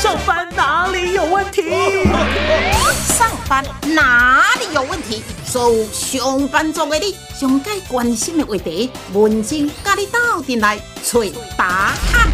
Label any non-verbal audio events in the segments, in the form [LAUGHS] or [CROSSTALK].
上班哪里有问题？上班哪里有问题？所有上班族的你，上该关心的话题，文静甲你斗阵来找答案。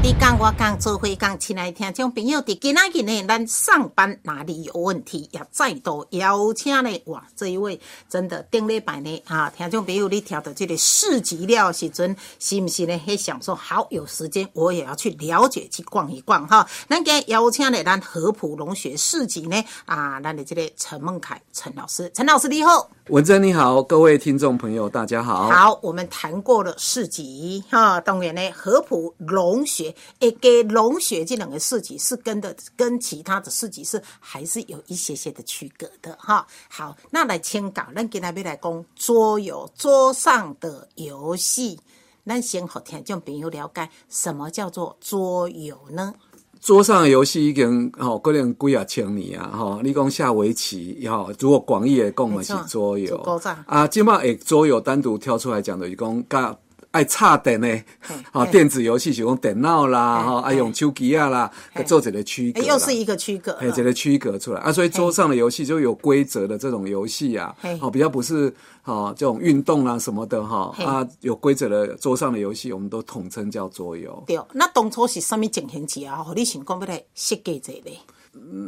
你讲我讲做伙讲，亲爱的听众朋友，伫今仔日呢，咱上班哪里有问题？也再度邀请呢，哇，这一位真的顶礼拜呢啊，听众朋友，你听到这个市集了时阵，是毋是呢？还想说好有时间，我也要去了解去逛一逛哈。咱今日邀请呢，咱合浦农学市集呢啊，咱的这个陈梦凯陈老师，陈老师你好。文珍你好，各位听众朋友大家好。好，我们谈过了市集哈，当然呢，合浦龙学诶，给龙学这两个市集是跟的跟其他的市集是还是有一些些的区隔的哈。好，那来签稿，咱今天要来讲桌游桌上的游戏，咱先好听众朋友了解什么叫做桌游呢？桌上的游戏已经吼，可能几啊千年啊吼。你讲下围棋吼，如果广义的讲嘛是桌没错是古游早啊，今嘛诶桌游单独挑出来讲的，就是讲甲爱插电的嘿，吼嘿电子游戏是用电脑啦，嘿吼爱嘿用手机啊啦，嘿做一个区隔诶，啦。又是一个区隔了，哎，这个区隔出来啊，所以桌上的游戏就有规则的这种游戏啊嘿，好、比较不是好、这种运动啊什么的哈、嘿啊，有规则的桌上的游戏，我们都统称叫桌游。对。那当初是什么情形之下，互你想讲要来设计一下咧？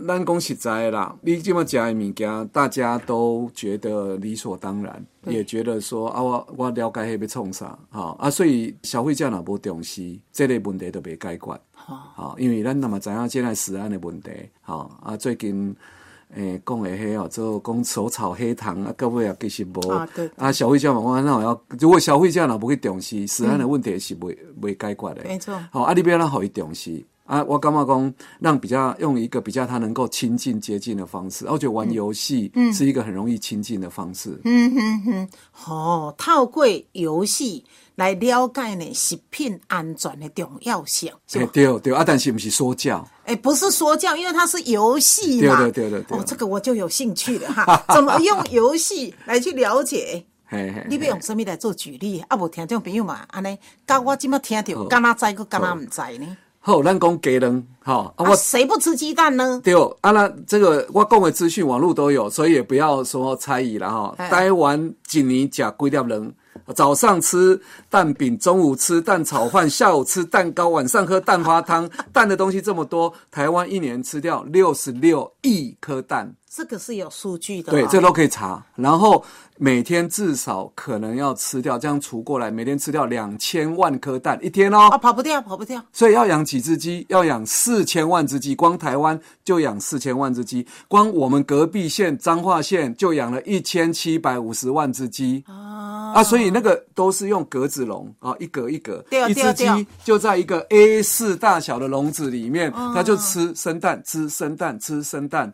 咱讲实在的啦，你这么吃的物件，大家都觉得理所当然，也觉得说啊，我我了解迄要创啥，哈啊，所以消费者若无重视，这类问题都袂解决。哈、好，因为咱那么知影现在食安的问题，好啊，最近诶讲诶迄哦，做讲手炒黑糖啊，到尾啊其实无啊对消费者嘛，我那要如果消费者若不去重视食安的问题是袂袂、解决的，没错好啊，你不要让好伊重视。啊，我感觉讲让比较用一个比较他能够亲近接近的方式，啊我觉得玩游戏嗯是一个很容易亲近的方式。哦，透过游戏来了解呢食品安全的重要性，是嘿吧？对对啊，但是不是说教？哎、不是说教，因为它是游戏嘛。对对对对对哦，这个我就有兴趣了 [LAUGHS] 哈。怎么用游戏来去了解？嘿嘿，你要用什么来做举例？啊，无听众朋友嘛，安尼，甲我即麦听着，好敢若知佮敢若毋知呢？好，咱讲鸡蛋，吼，啊，啊，我谁不吃鸡蛋呢？对，啊那这个我讲的资讯网络都有，所以也不要说猜疑了哈哎。台湾一年吃几粒人？早上吃蛋饼，中午吃蛋炒饭，下午吃蛋糕，晚上喝蛋花汤。 [LAUGHS] 蛋的东西这么多，台湾一年吃掉六十六亿颗蛋，这个是有数据的、哦。对，这都可以查。然后每天至少可能要吃掉，这样除过来，每天吃掉两千万颗蛋一天哦。啊，跑不掉，跑不掉。所以要养几只鸡，要养四千万只鸡，光台湾就养四千万只鸡，光我们隔壁县彰化县就养了一千七百五十万只鸡啊啊！所以那个都是用格子笼啊，一格一格对啊，一对啊只鸡对啊就在一个 A 四大小的笼子里面，它就吃生蛋，吃生蛋，吃生蛋，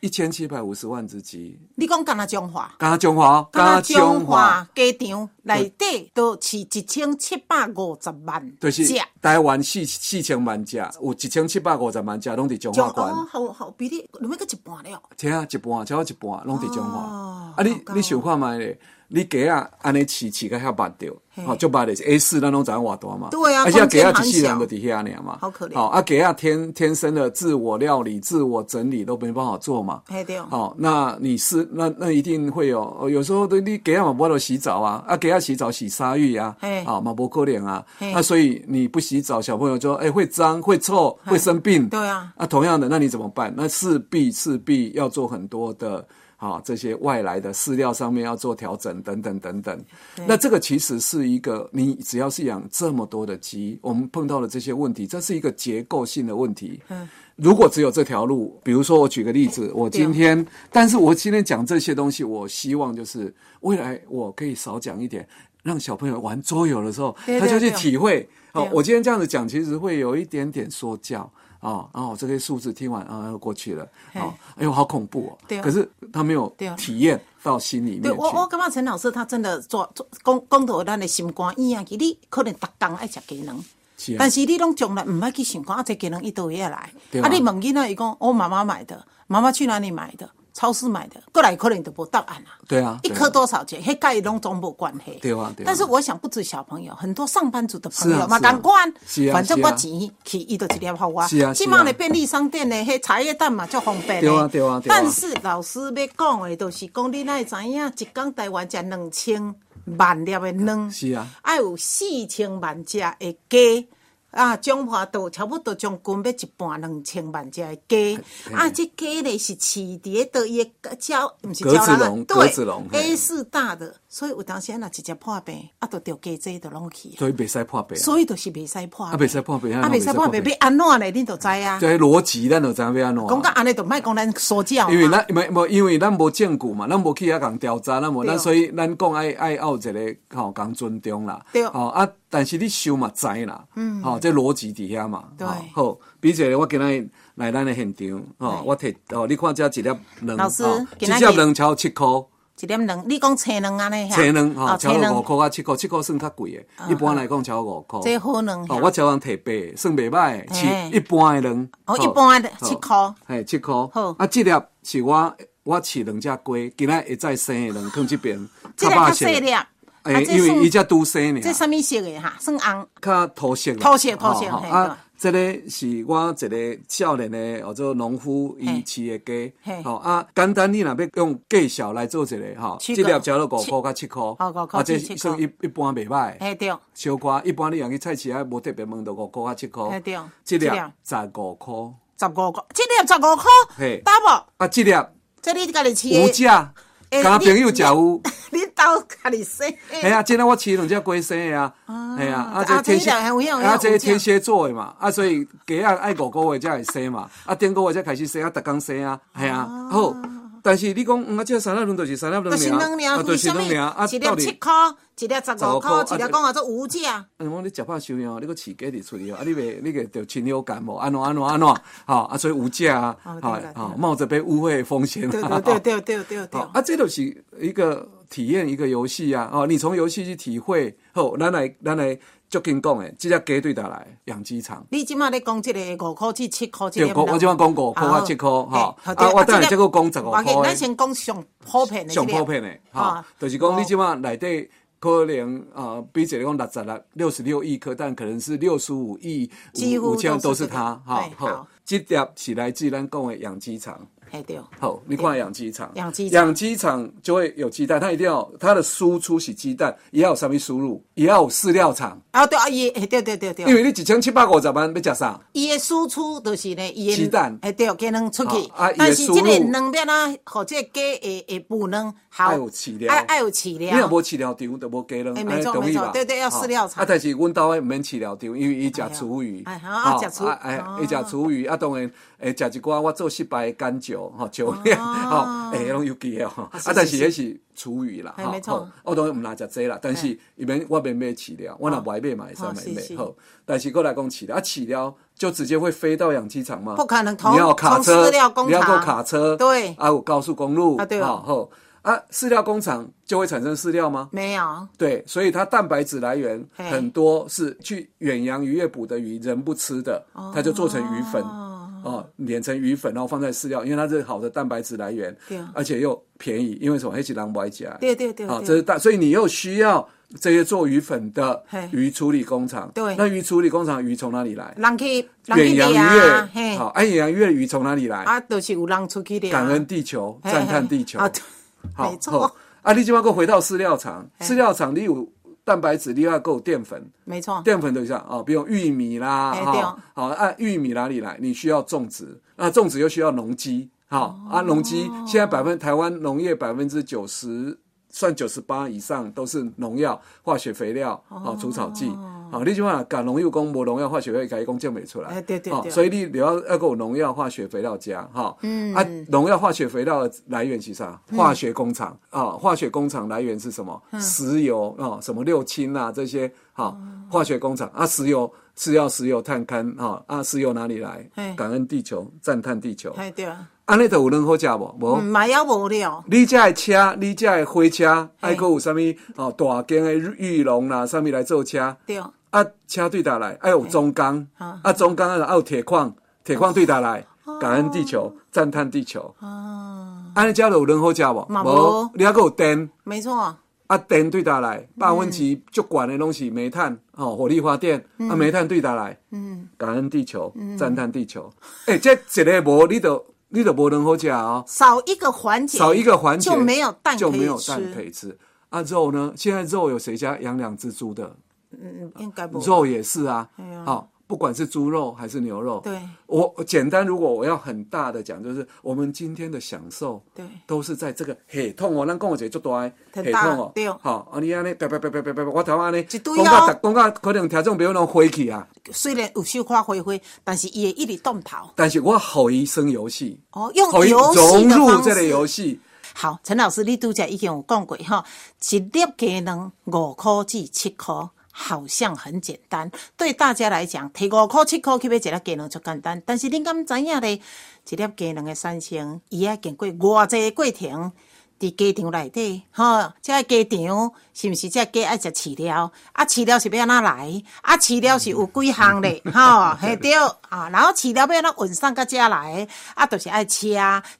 一千七百五十万只鸡。你讲敢若中华？刚刚中华哦，敢若刚中中华华鸡场内底都饲一千七百五十万就是只，台湾四四千万只，有一千七百五十万只拢伫中中华县。哦，好好比例，你们个一半了，听啊，一半，超过一半，拢伫中华。哦啊，你好高哦你想看觅咧？你鸡啊，安尼饲饲甲遐捌着，嘿吼，足捌咧。A 四咱拢知影偌大嘛？对啊而且鸡啊空一世间人很就伫遐尔嘛。好可怜好啊，鸡啊天天生的自我料理、自我整理都没办法做嘛。嘿对哦好、那你是那那一定会有，哦有时候对你鸡啊嘛无得洗澡啊，啊鸡啊洗澡洗鲨鱼啊嘿，好嘛无可能啊嘿。那所以你不洗澡，小朋友就哎、会脏、会臭、会生病。对啊那同样的，那你怎么办？那势必势必要做很多的。啊，这些外来的饲料上面要做调整，等等等等。那这个其实是一个，你只要是养这么多的鸡，我们碰到了这些问题，这是一个结构性的问题。嗯，如果只有这条路，比如说我举个例子，我今天，但是我今天讲这些东西，我希望就是未来我可以少讲一点，让小朋友玩桌游的时候，对他就对去对体会。对啊哦，我今天这样子讲，其实会有一点点说教啊。哦，这些数字听完啊，又过去了。哦，哎呦，好恐怖哦！对啊可是他没有对啊体验到心里面去。对我我感觉陈老师他真的做做讲讲到咱的心肝意啊，去你可能逐工爱食鸡卵。是啊但是你拢从来毋爱去想讲啊，这鸡卵伊倒位来，对啊，啊你问囡仔伊讲，我妈妈买的，妈妈去哪里买的？超市买的，过来可能就无答案啊。对啊一对啊颗多少钱？迄甲伊拢总无关系。对啊对啊但是我想，不止小朋友，很多上班族的朋是啊友嘛，是啊同款是。啊反正是啊我钱去，伊就一粒互我。是啊是啊即满的便利商店的迄茶叶蛋嘛，足方便的。对啊对啊对啊但是老师要讲的，就是讲你哪会知影，一工台湾食两千万粒的卵。是啊。爱有四千万只的鸡。啊，中华岛差不多将近要一半两千万只的鸡，啊，这鸡呢是饲伫咧倒伊个鸟，毋是鸟鸽子人啊笼，鸽对子笼嘿，A 四大的，所以有当时若一只破病，啊，就着鸡这就拢去啊，所以袂使破病。所以就是袂使破病，啊袂使破病啊啊，袂使破病，袂要安怎呢？恁就知啊，这逻辑咱就知影要安怎讲样到。啊安尼就莫讲咱所教因为嘛，咱没无，因为咱无证据嘛，咱无去遐共调查，咱无对咱所以咱讲爱爱要有一个吼共尊重啦，对吼啊，但是你想嘛知啦，嗯，吼，这逻辑伫遐嘛，对吼好，比一个我今仔来咱的现场，吼，我摕吼，你看这一粒两，老师吼一今仔日粒两超七箍，一点两，你讲青卵安尼吓，七两吼，哦超青过五卵嗯箍啊，七箍七箍算较贵的，一般来讲超过五箍。这好卵哦吓，我超人摕八的，算袂歹的，嘿是一般的卵。哦好一般的七好块嘿，七块。好啊，这粒是我我饲两只鸡，今仔会再生的卵放这边， [LAUGHS] 这个肉较色细粒，啊，诶，这哎因为伊算才拄生呢，这什么色的哈，算红。较土色啦。土色土色哦嘿啊，这个是我一个少年的，或者农夫伊饲的鸡嘿。吼啊，简单你若要用计数来做一个吼，七这块粒只了五块到七块，哦五块啊，这至七块算一一般袂歹。哎对，小可一般你用去菜市啊，无特别问到五块啊七块哎对，即粒这粒十五块，十五块，这粒十五块嘿，打无？啊即粒这你家己饲有的，价，哎甲你朋友食有。你兜家己洗。 [LAUGHS] 哎呀，今天我饲两只龟生的啊，哎呀，啊啊这天这蝎，一两个有影有影啊有这影天蝎座的嘛，啊所以鸡啊爱五个月才会生嘛，啊顶个月才开始生啊，逐工生啊，系啊，好。但是你讲，嗯啊，这三粒卵就是三粒就卵是两粒，尔，啊，就为是什两粒么啊，一到粒底七块，一粒十五块，一粒讲啊做无价，啊，我你食饱收养，你个饲鸡伫厝里哦，啊，你袂你个着亲友感冒，安怎安怎安怎，吼啊，所以有价啊，哦对吼啦对啦吼，冒着被误会的风险对啊，对对对对对对吼。啊，这就是一个体验一个游戏啊，哦，你从游戏去体会，好，咱来咱来足紧讲诶，即只鸡对倒来养鸡场。你即马咧讲即个五块至七块，即对，个哦我我即摆讲五块啊，七块吼，啊，我等下再个讲十五块咱的，先讲上普遍的，哦上普遍的，吼，就是讲你即摆内底可能呃，比这个讲六十六六十六亿颗，但可能是六十五亿几乎五千都都是是这个它哈对。好好，这条是来自咱讲的养鸡场。哎对，好，你看养鸡场，养鸡场养鸡场就会有鸡蛋，它一定要它的输出是鸡蛋，也要有啥物输入，也要有饲料厂，啊对啊伊，哎对对对对因，为你一千七百五十万要食啥？伊的输出就是呢，伊的鸡蛋哎对，鸡卵出去哦啊，但伊是的输这入个卵要哪，或者鸡会会孵卵，好爱有饲料爱爱有饲你若料，无饲料场，就无鸡卵，哎没错安尼同意没错吧对对要饲料场啊，但是阮兜诶毋免饲料场，因为伊食厨余，哎呀哎啊吼食厨啊哎哦，伊食厨余，啊当然，诶，食一寡我做失败诶干哦酒，吼酒酿，吼，哎，拢有记诶吼，啊，但是迄是厨余啦，哎没错哎吼我当然毋若食这啦，但是伊免我免买饲料，我若无爱买嘛，会使哦买是是买好，但是过来讲饲料，啊饲料就直接会飞到养鸡场吗？不可能从你要有卡从车，饲料工厂你要过卡车，对啊，有高速公路，啊对哦好后啊，饲料工厂就会产生饲料吗？没有。对，所以它蛋白质来源嘿很多是去远洋渔业捕的鱼，人不吃的，它就做成鱼粉哦，碾成鱼粉，然后放在饲料，因为它是好的蛋白质来源对啊，而且又便宜，因为什么？黑起狼白甲，对对对好，对哦这是大，所以你又需要这些做鱼粉的嘿鱼处理工厂，对那鱼处理工厂鱼从哪里来？人去人远去洋掠啊，渔嘿业，，好，哎，远洋渔业的鱼从哪里来？啊，就是有人出去掠啊。感恩地球，嘿，赞叹地球嘿。啊对好，没错哎好，啊，你即摆搁回到饲料厂，饲料厂你有蛋白质，你要够淀粉，没错，淀粉等一下哦，比如玉米啦，哎哈、对哦好啊，玉米哪里来？你需要种植，那、种植又需要农机，好、啊，哦农机现在百分台湾农业百分之九十。算九十八以上都是农药、化学肥料、好、除草剂。哦好、你就话讲农药工无农药、化学肥料，改工证没出来。哎对对哦对所以你要要给我农药、化学肥料加哈。嗯。啊，农药、化学肥料的来源是啥？化学工厂啊、化学工厂来源是什么？石油啊、什么六氢啊这些哈、化学工厂啊，石油是要石油探勘哈啊，石油哪里来嘿？感恩地球，赞叹地球。哎对啊，安尼就有人好食无？无。嗯，嘛也无了，你遮的车，你遮的火车，嘿还佫有啥物哦？大间的玉龙啦，啥物来做车？对，啊，车对倒来，还有中钢，啊，中哦钢还有铁矿，铁矿对倒来，感恩地球，赞叹地球。啊，安尼家有人好食无？嘛无嗯你还佫有电，没错，啊电对倒来，百分之足悬的拢是煤炭，嗯吼、火力发电，啊煤炭对倒来，嗯，感恩地球，嗯赞叹地球，诶、这一个无，你都你都无人好食哦。少一个环节，少一个环节就没有蛋可就以吃，没有蛋可以吃。啊，肉呢？现在肉有谁家养两只猪的？嗯应该不哎肉也是啊呀，好、不管是猪肉还是牛肉，对我我简单，如果我要很大的讲，就是我们今天的享受，对都是在这个黑痛哦，咱讲我这就大的，很系大痛哦，对哦好，啊你安尼，别别别别别别，我头安尼，一堆讲到哦讲到可能听众朋友拢回去啊，虽然有小可灰灰，但是伊会一直动头。但是我好医生游戏，哦，用好游戏融的入方这个式。游戏，好，陈老师，你拄则已经有讲过吼，一粒鸡蛋五块至七块，好像很简单。对大家来讲，提五块七块去买一粒鸡蛋就简单，但是恁敢知影咧？一粒鸡蛋的产生，伊爱经过偌济过程。伫鸡场内底，吼、即个鸡场是毋是即个鸡爱食饲料？啊，饲料是要安怎来？啊，饲料是有几项咧，吼、嘿对啊。然后饲料要安怎运送到遮来？啊，就是爱车，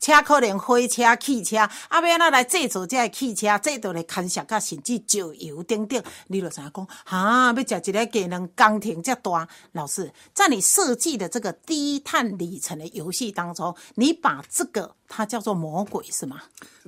车可能火车、汽车，啊，要安怎来制作即个汽车？制作来牵涉到甚至石油等等，你就知影讲，哈、啊，要食一个鸡卵工程遮大，老师，在你设计的这个低碳里程的游戏当中，你把这个它叫做魔鬼是吗？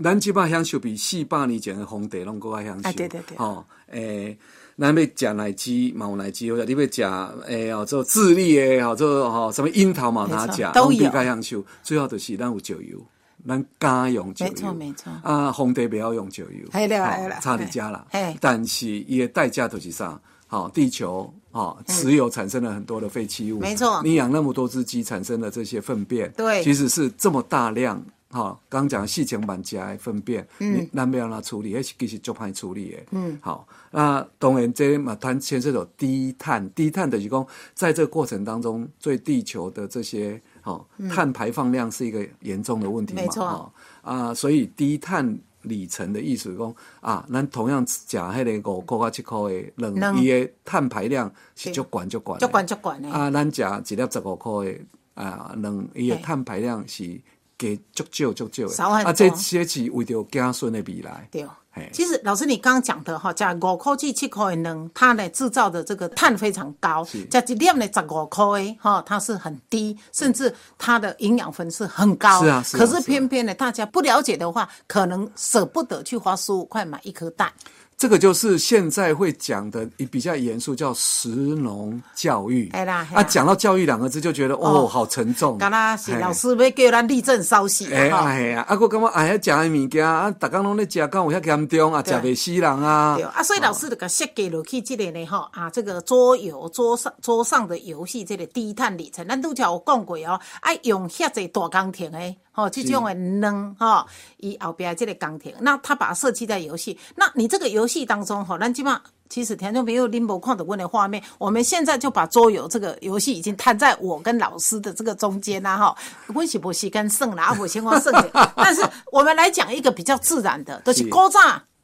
咱即摆享受比四百年前的皇帝拢搁较享受。啊对对对吼、诶、咱要食奶鸡，嘛有奶鸡，或者你要食诶，哦，做智利诶，哦，做吼、什么樱桃嘛，没错他食都有比较享受。最后就是咱有石油，咱敢用石油。没错没错啊，皇帝不要用石油。嘿对啦吼嘿啦差伫遮啦嘿。但是伊的代价就是啥？好、地球。哦，石油产生了很多的废弃物，没错你养那么多只鸡，产生了这些粪便，对其实是这么大量。哈、刚刚讲细前板夹的粪便，嗯，咱要让它处理，迄是其实足歹处理的。嗯，好，那当然这嘛，它牵涉到低碳，低碳的是讲，在这个过程当中，对地球的这些好、碳排放量是一个严重的问题嗯嘛，没错哦啊，所以低碳里程的意思是讲啊，咱同样食迄个五块啊七块的卵冷，伊的碳排量是足悬足悬，足悬足悬的啊，咱食一粒十五块的啊，卵伊的嘿碳排量是加足少足少的，少很多啊，这些是为着子孙的未来。对嘿。其实老师你刚刚讲的哈，加五块至七块的能，它呢制造的这个碳非常高，是加一点呢十五块的哈，它是很低，甚至它的营养分是很高。是啊是啊可是是啊偏偏呢，大家不了解的话，可能舍不得去花十五块买一颗蛋。这个就是现在会讲的比较严肃，叫食农教育。嘿哎啦嘿啦啊，讲到教育两个字就觉得哦，哦好沉重。敢若是嘿老师要叫咱立正稍息哎哈。啊系啊，啊，我感觉哎，食的物件啊，逐工拢咧食，敢有遐严重啊？食对袂死人啊对？啊，所以老师就给设计落去这个呢，吼啊，这个桌游桌上桌上的游戏，这个低碳里程，咱拄则有讲过哦，爱用遐侪大工程的，吼、这种的能，吼、伊后边这个工程，那他把它设计在游戏，那你这个游戏当中，吼、咱即码。其实田众朋友林博看的问的画面，我们现在就把桌游这个游戏已经摊在我跟老师的这个中间啊啦，哈，温习不习跟胜啦，啊，我先话胜的，但是我们来讲一个比较自然的，都、就是是古早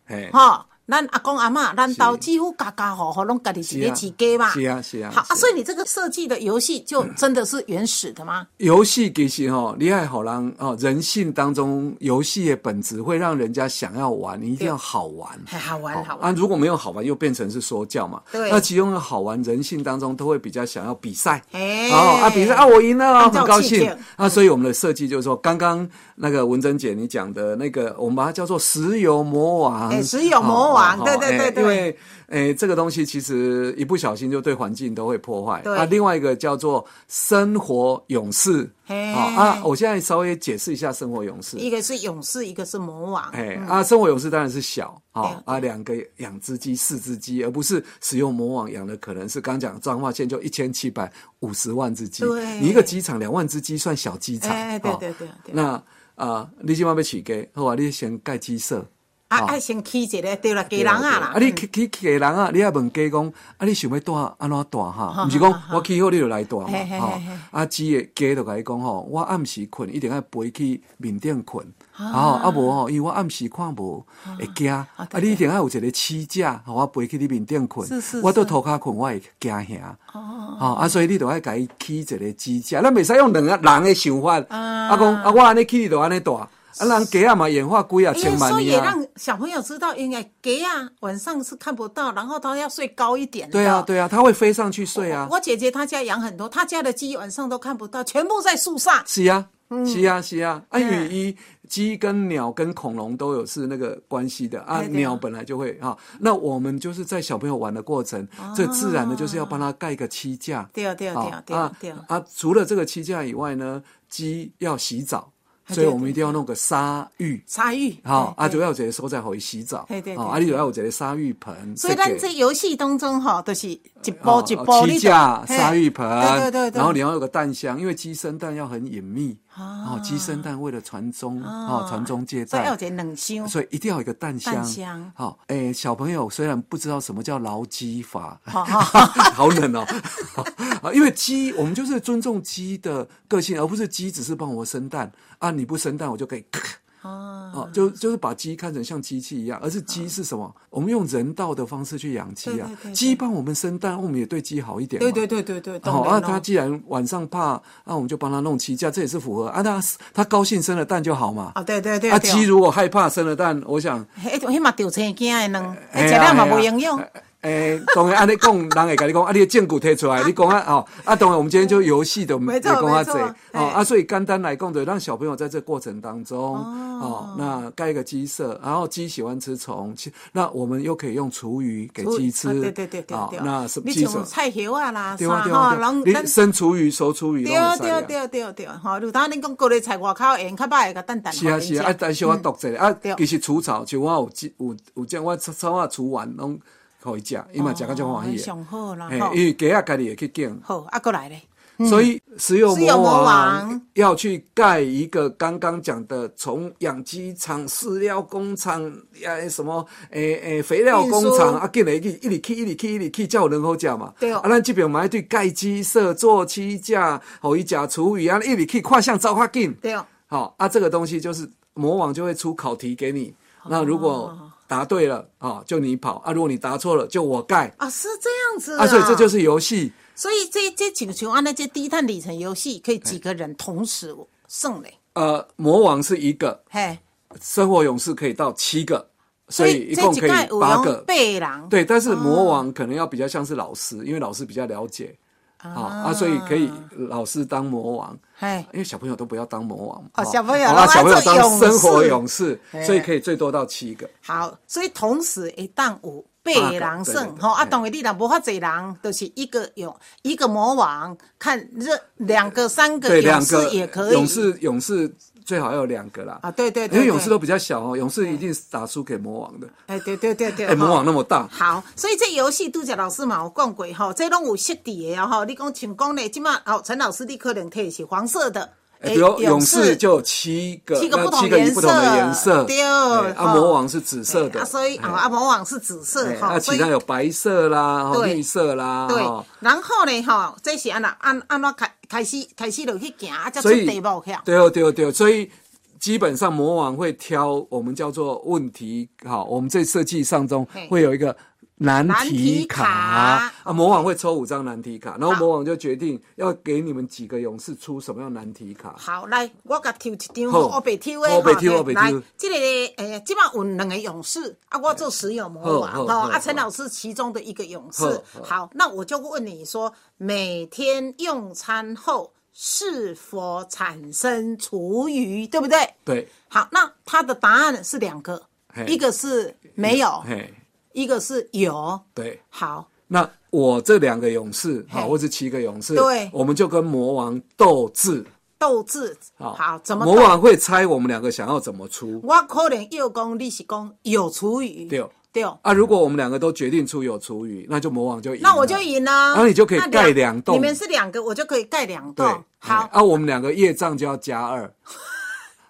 嘿，吼。哦，咱阿公阿嬷，咱兜几乎家家户户拢家己自己饲鸡嘛。是啊是啊好是啊，啊所以你这个设计的游戏就真的是原始的吗？游戏其实吼、你爱好人哦，人性当中游戏的本质会让人家想要玩，你一定要好玩。很好玩，好玩。啊，如果没有好玩，又变成是说教嘛。对那其中的好玩，人性当中都会比较想要比赛。哎哦啊，比赛啊，我赢了哦，按照很高气兴氛。啊，所以我们的设计就是说，刚刚那个文珍姐你讲的那个，我们把它叫做石油魔哎王。石油魔王哦对哦对对哎对因为哎，这个东西其实一不小心就对环境都会破坏。对啊，另外一个叫做生活勇士。嘿哦啊，我现在稍微解释一下生活勇士。一个是勇士，一个是魔王。哎、啊，生活勇士当然是小嗯对哦，啊，两个养只鸡、四只鸡，而不是使用魔网养的，可能是刚讲彰化县就一千七百五十万只鸡对，你一个鸡场两万只鸡算小鸡场，哎对对哦对对那啊、你今晚要起鸡，好啊，你先盖鸡舍。啊，好爱先起一个，对了，鸡人啊啦啊，。你去去去给人啊，你爱问鸡讲，啊，你想要带安怎带哈？毋是讲我起好你就来带嘛嘿嘿嘿吼嘿。啊，鸡的鸡就甲伊讲吼，我暗时困一定爱飞去面顶困，吼啊无吼，因为我暗时看无会惊，啊对你一定爱有一个支架，吼我飞去你面顶困是是，我到涂骹困我会惊吓。哦，啊，所以你就爱甲啊伊起一个支架，咱袂使用两个人的想法，啊讲啊我安尼起你就安尼带。啊，人鸡啊嘛演化龟啊，千万所以也年啊让。小朋友知道，应该给啊，晚上是看不到，然后他要睡高一点的。对啊，对啊，它会飞上去睡啊。我姐姐她家养很多，她家的鸡晚上都看不到，全部在树上。是呀、嗯是呀、是呀、啊。因为一鸡跟鸟跟恐龙都有是那个关系的啊，对对啊鸟本来就会啊。那我们就是在小朋友玩的过程，这自然的就是要帮他盖一个栖架。啊对啊，对啊，对啊，对啊啊，对啊。啊！除了这个栖架以外呢，鸡要洗澡，啊所以对我们对一定要弄个沙浴。茶浴，好，哎啊，对主要有一个所在互伊洗澡，对对好对啊，你主要有一个沙浴盆，所以这咱个这游戏当中吼，都是一哦波一哦波鸡你架、嘿鲨鱼盆，对对对对，然后你要有个蛋箱，因为鸡生蛋要很隐秘哦，鸡生蛋为了传宗哦，传宗接啊所以要有代一。个冷箱，所以一定要有一个蛋箱。蛋箱好，哎、小朋友虽然不知道什么叫劳基法，好好， [LAUGHS] 好冷哦， [LAUGHS] 啊，因为鸡，我们就是尊重鸡的个性，而不是鸡只是帮我生蛋啊，你不生蛋我就可以咳。 [LAUGHS] 哦，就就是把鸡看成像机器一样，而是鸡是什么？我们用人道的方式去养鸡哦对啊对对，对鸡帮我们生蛋，我们也对鸡好一点嘛。对对对对对，好、懂啊，了他懂。既然晚上怕，那、我们就帮他弄鸡架，这也是符合啊。他他高兴生了蛋就好嘛。啊，对对对啊，对鸡如果害怕生了蛋，我想，迄迄嘛掉青筋的卵，哎食了呀嘛哎呀哎无营养。诶、当然按你讲，人会跟你讲，啊，你的荐股推出来，你讲啊，哦，啊，当然我们今天就游戏的，没错讲啊没错这，嘿哦，啊，所以简单来讲，就让小朋友在这过程当中，哦，那盖一个鸡舍，然后鸡喜欢吃虫，其那我们又可以用厨余给鸡吃，啊对对对对哦对，那什么你鸡舍像，菜叶啊啦，对啥啊对啊吼，对啊拢，咱你生厨余、熟厨余都对啊很善对良。对对对，吼，如当恁讲高丽菜外口用较歹个蛋蛋，是啊是啊，啊，但是我读者啊嗯对，其实除草，像我有几有有这我草草啊除完拢可以食，伊嘛食到足欢喜的。哦上好啦嘿，吼因。为鸡啊，家己也去捡，好，啊，过来咧，所以食有食魔有魔王王要去盖一个刚刚讲的，从养鸡场、饲料工厂、呃什么诶诶肥料工运厂输啊，进来一直一直去一直去一直去，叫人口食嘛。对哦啊，咱这边嘛要对盖鸡舍做鸡架，互伊食厨余啊，一直去跨向走较紧。对哦，好、啊，这个东西就是魔王就会出考题给你。那如果答对了啊、就你跑啊；如果你答错了，就我盖啊，是这样子，啊。所以这就是是游戏。所以这这请求按那这低碳里程游戏可以几个人同时胜嘞，呃，魔王是一个，嘿，生活勇士可以到七个，所以一共可以八个。背狼，对，但是魔王可能要比较像是老师，因为老师比较了解。啊啊，所以可以老师当魔王，嘿，因为小朋友都不要当魔王哦啊小朋友好啊，都要小朋做友当勇生活士勇士，嘿所以可以最多到七个。好，所以同时会当有八个人八个对对胜对吼，啊，嗯当然你若无法侪人，就是一个勇一个魔王，看这两个三个对，勇两士个也可以，勇士勇士最好要有两个啦。啊对对对因为勇对士都比较小哦，勇士一定是打输给魔王的。哎，对对对对，哎，魔吼王那么大，好，所以这游戏杜姐老师嘛有讲过吼，这拢有设置的啊吼。你讲像讲咧，即马哦，陈老师你可能摕是黄色的，哎诶比如勇士就有七个，七个那不同七个颜不同的色颜色。对哎啊，哦魔王是紫色的，啊，所以啊，哎啊，往往是紫色哎哈，啊，所其以他有白色啦，哦对绿色啦，对哦，然后呢吼，这是安那安安怎开开始开始落去行，啊，才出所以题目去啊。对哦，对哦，对哦，所以基本上魔王会挑我们叫做问题，好，我们这设计上中嘿会有一个难难题题卡卡哦啊，魔王会抽五张难题卡，然后魔王就决定要给你们几个勇士出什么样的难题卡。好，来，我甲抽一张吼，好黑白抽的黑白抽吼黑白来抽，这个诶，即马有两个勇士，啊，我做石勇魔好好王，好吼，啊，好陈老师其中的一个勇士好。好，那我就问你说，每天用餐后是否产生厨余，对不对？对，好，那他的答案是两个嘿，一个是没有，嘿，一个是有。对。好，那我这两个勇士，嘿好，或者七个勇士，对我们就跟魔王斗智。斗志好，好，怎么魔斗？王会猜我们两个想要怎么出我可能又讲你是讲有厨余，对对。啊？如果我们两个都决定出有厨余，那就魔王就赢了。那我就赢了。啊那你就可以那盖两栋你们是两个，我就可以盖两栋。，对哎哦好，啊，我们两个业障就要加 [LAUGHS] 二。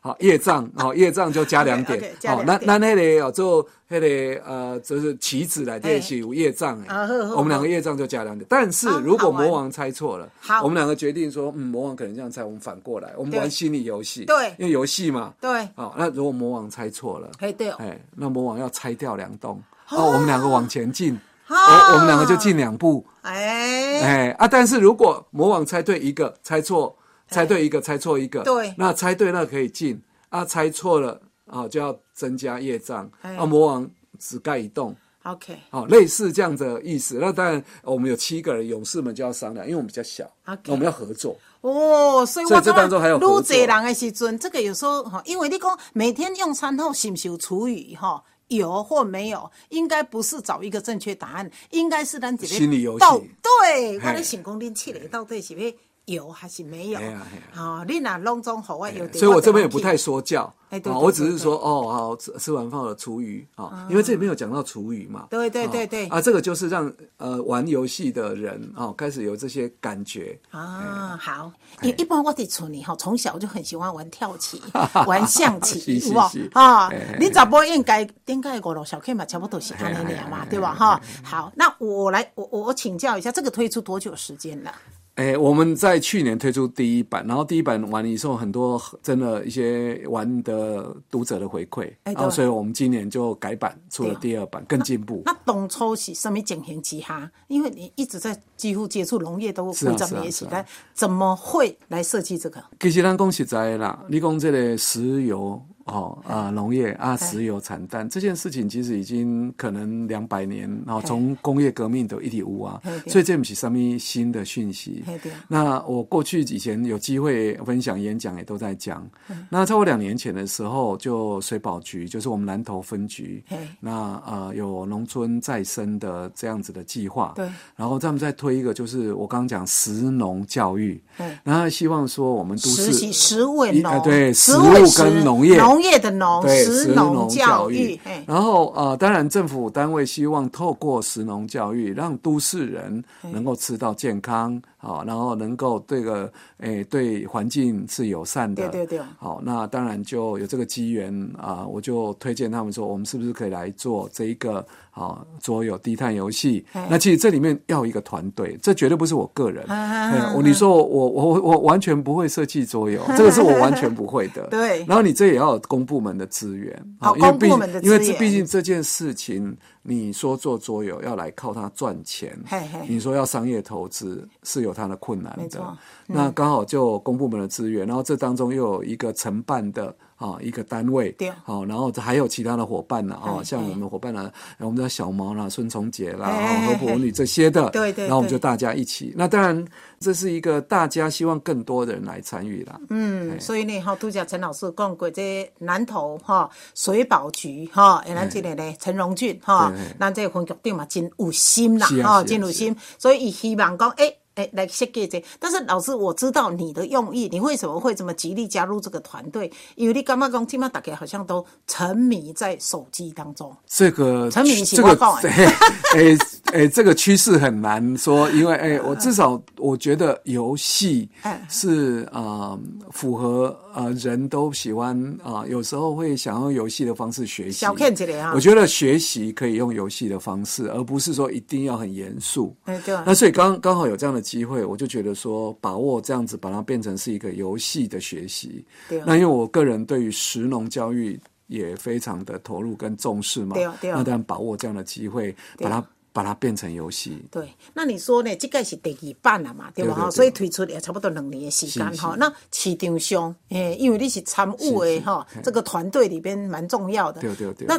好，业障，好，业障就加两点 OK，OK，。加好，两那点那那里有做那里呃，就是棋子来练习有业障哎啊好好，我们两个业障就加两点。但是啊如果好玩魔王猜错了，好我们两个决定说，嗯，魔王可能这样猜，我们反过来，我们对玩心理游戏，对因为游戏嘛，对好，那如果魔王猜错了，嘿对哦哎，那魔王要拆掉两栋，哦，我们两个往前进，啊我我们两个就进两步，哎，哎啊！但是如果魔王猜对一个，猜错，猜对一个，猜错一个，哎对那猜对那可以进啊，猜错了啊，就要增加业障。哎啊，魔王只盖一栋， ，OK 好、类似这样的意思。那当然，我们有七个人勇士们就要商量，因为我们比较小 OK 那我们要合作。哦，所以所我以这当中还有愈合作侪人的时阵，这个有时候哈，因为你讲每天用餐后是不是有厨余哈？有或没有，应该不是找一个正确答案，应该是咱这个心理游戏到对，我嘿咧想讲恁七个到底是要有还是没有嘿啊嘿？啊啊，你若拢总好我有点，所以我这边也不太说教。哎对啊对我对只是对说哦，好吃吃完饭了厨余啊，因为这里面有讲到厨余嘛。对对啊对对啊，这个就是让呃玩游戏的人啊开始有这些感觉。啊，好，哎因为一般我伫村里吼，从小就很喜欢玩跳 [LAUGHS] 棋、玩象棋，是有无是是？哎啊嘿嘿嘿，你查某应该应该五六小 K 嘛，差不多是安尼嘿俩嘿嘛，嘿对吧？哈，哎好，那我来，我我我请教一下，这个推出多久时间了？哎，我们在去年推出第一版，然后第一版完以后，很多真的一些玩的读者的回馈，哎对然后所以我们今年就改版出了对哦第二版，更进步。那当初是什么情形之下？因为你一直在几乎接触农业都五是啊十是啊年是时啊代，怎么会来设计这个？其实咱讲实在的嗯啦，你讲这个石油哦啊农业啊石油产蛋这件事情，其实已经可能两百年哦，从工业革命都一体无啊嘿，对所以这不是什么新的讯息嘿对。那我过去以前有机会分享演讲也都在讲。嗯那在我两年前的时候，就水保局就是我们南投分局嘿，那呃有农村再生的这样子的计划，对然后他们在推一个就是我刚刚讲食农教育对，然后希望说我们都哎实习市食味一农，啊对食食物味跟食农业农业的农，对食食农农教教育哎育，嘿，然后呃，当然政府单位希望透过食农教育，让都市人能够吃到健康，好、然后能够这个诶对环境是友善的，对对对好，那当然就有这个机缘啊、我就推荐他们说，我们是不是可以来做这一个好、桌游低碳游戏哎？那其实这里面要一个团队，这绝对不是我个人。啊哎我你说我我我我完全不会设计桌游，这个是我完全不会的。 [LAUGHS] 对然后你这也要有公部门的资源好啊因为公毕部门的因为资这源毕竟这件事情，你说做桌游要来靠它赚钱嘿嘿，你说要商业投资是有它的困难没的错。嗯那刚好就公部门的资源，然后这当中又有一个承办的啊一个单位对，好，然后还有其他的伙伴呢，哎啊，像我们的伙伴呢，我们的小毛啦、孙崇杰啦、哎哎啊何普文女这些的，对对然后我们对就大家一起。那当然，这是一个大家希望更多的人来参与啦。嗯，所以呢，吼，拄则陈老师讲过，这南投吼水保局吼，诶，咱这个呢陈荣俊吼对对，咱这个分局长嘛真有心啦是，啊吼，是啊真有心，所以伊希望讲，诶、诶、来设计这但是老师，我知道你的用意，你为什么会这么极力加入这个团队？因为你感觉讲，今麦大家好像都沉迷在手机当中。这个陈敏一起这个报告哎 [LAUGHS] 哎哎哎，这个趋势很难说，因为嗯哎，我至少我觉得游戏哎是啊、呃符合呃人都喜欢啊、有时候会想用游戏的方式学习。小看一个啊我觉得学习可以用游戏的方式，而不是说一定要很严肃。哎对啊那所以刚刚好有这样的机会，我就觉得说把握这样子，把它变成是一个游戏的学习。对啊那因为我个人对于食农教育。也非常的投入跟重视嘛，对啊对啊那当然把握这样的机会，对把啊它把它变成游戏。对，那你说呢？这个是第二版了嘛，对吧？对对哈，对所以推出也差不多两年的时间是是哈。那市场上，诶，因为你是参与的是嗯哈，这个团队里边蛮重要的。对对对那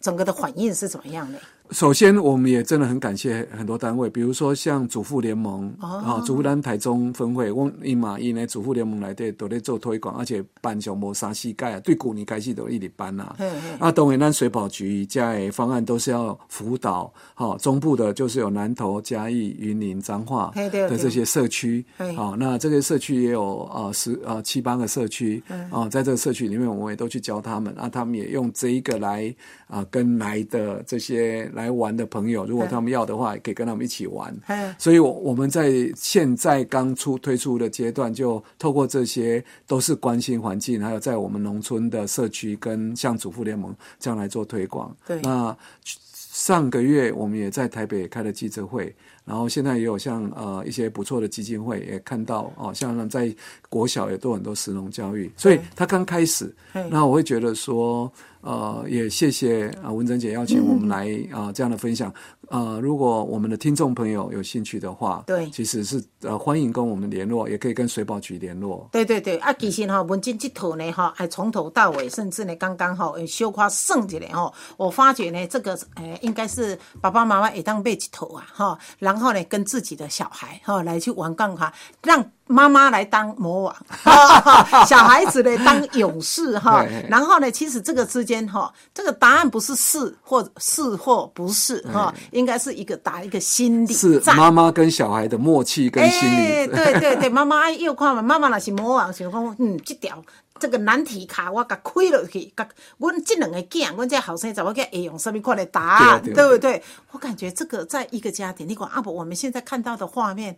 整个的反应是怎么样呢？首先，我们也真的很感谢很多单位，比如说像主妇联盟哦啊，主妇咱台中分会，我伊嘛伊呢主妇联盟内底都咧做推广，而且办上无三四届啊，对旧年开始都一直办啦嘿嘿。啊，当然咱水保局在方案都是要辅导，好、中部的就是有南投、嘉义、云林、彰化嘿对的对这些社区，嘿好、啊那这些社区也有啊十啊七八个社区，啊、在这个社区里面，我们也都去教他们，啊，他们也用这一个来啊、跟来的这些来玩的朋友，如果他们要的话，也可以跟他们一起玩。嗯所以我，我们在现在刚出推出的阶段，就透过这些都是关心环境，还有在我们农村的社区跟像主妇联盟这样来做推广。对那上个月我们也在台北开了记者会，然后现在也有像呃一些不错的基金会也看到哦，像他们在国小也做很多食农教育，所以他刚开始对，那我会 [LAUGHS] 呃觉得说，呃，也谢谢啊、文珍姐邀请我们来啊、这样的分享，呃，如果我们的听众朋友有兴趣的话，对其实是呃欢迎跟我们联络，也可以跟水保局联络。对对对，嗯啊，其实吼、文静这套呢，哈，哎，从头到尾，甚至呢，刚刚吼，哎，小夸算一下吼，我发觉呢，这个哎，应该是爸爸妈妈也当备一套啊，哈，然后呢，跟自己的小孩哈来去玩杠哈，让妈妈来当魔 [LAUGHS] 王，哈小孩子呢当勇士哈对，然后呢，其实这个之间哈，这个答案不是是或是或不是哈，应该是一个打一个心理是战。妈妈跟小孩的默契跟心哎理，对对对，妈妈爱又看嘛，妈妈若是魔王，想讲嗯，这条这个难题卡我甲开落去，甲阮这两个囝，阮这后生查某囝会用什么款的答案，对对不对对？我感觉这个在一个家庭，你管阿伯，我们现在看到的画面，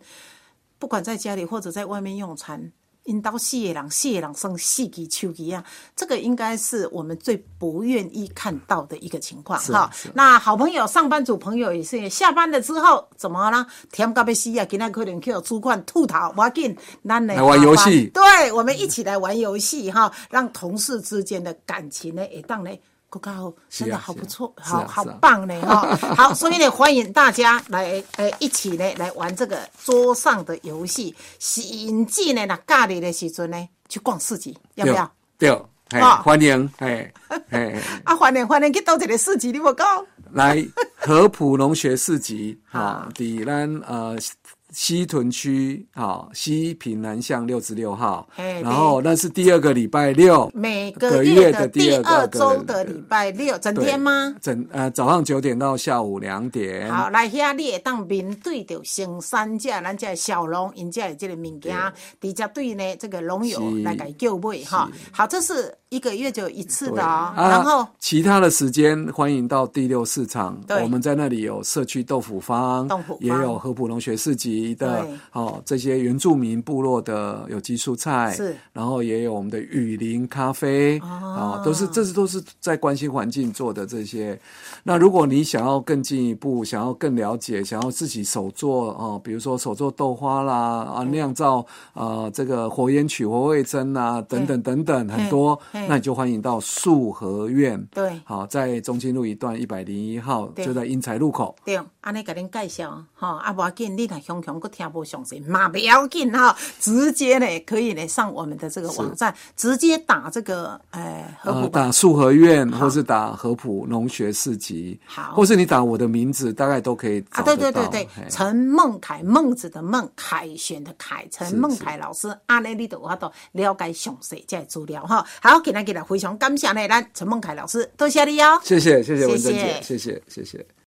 不管在家里或者在外面用餐。引导四个人，四个人生四支手机啊，这个应该是我们最不愿意看到的一个情况是啊哈是。那好朋友、上班族朋友也是，下班了之后怎么啦？甜到要死啊！今天可能去有主管吐槽，不要紧，咱来来玩游戏嗯对，我们一起来玩游戏哈，让同事之间的感情呢，也当呢。更加好，是啊真的好不错，是啊好好是啊棒 [LAUGHS] 呢哈！好，所以呢，欢迎大家来，呃，一起呢来玩这个桌上的游戏。是引进呢，那假日的时阵呢，去逛市集，要不要？对，对嘿啊欢迎，哎哎，嘿啊，欢迎欢迎去到一个市集，你无讲？来合浦农学市集啊好，伫咱呃西西屯区啊西平南巷六十六号嘿，然后那是第二个礼拜六，每个月的第二周的礼拜。拜六，整天吗？整呃早上九点到下午两点。好，来遐你会当面对着生产者，咱这小龙因这的这个物件，直接对呢这个龙友是来改购买哈。好，这是一个月就有一次对的哦。啊然后其他的时间欢迎到第六市场，对我们在那里有社区豆腐坊，豆腐坊也有合浦农学市集的对，哦，这些原住民部落的有机蔬菜，是，然后也有我们的雨林咖啡，哦哦，都是这是都是在关心环境做的这些。那如果你想要更进一步，想要更了解，想要自己手做哦，比如说手做豆花啦，啊，酿造呃这个火烟曲或味噌啊，等等等等，很多嘿嘿，那你就欢迎到树和苑，对好，在中心路一段一百零一号，对就在英才路口。对，安尼甲恁介绍，吼、啊无要紧，你若熊熊佫听无详细，嘛不要紧哈，直接呢可以呢上我们的这个网站，直接打这个呃合呃浦，吧打树和苑，或是打合浦农学市集，好或是你打我的名字，大概都可以啊，找对得到。对对对，嘿陈梦凯，孟子的孟，凯旋的凯，陈梦凯老师，安尼你就有法度了解详细这些资料哈。好，今天今日非常感谢呢，咱陈梦凯老师，多谢你哦。谢谢谢谢谢文珍谢姐，谢谢谢谢。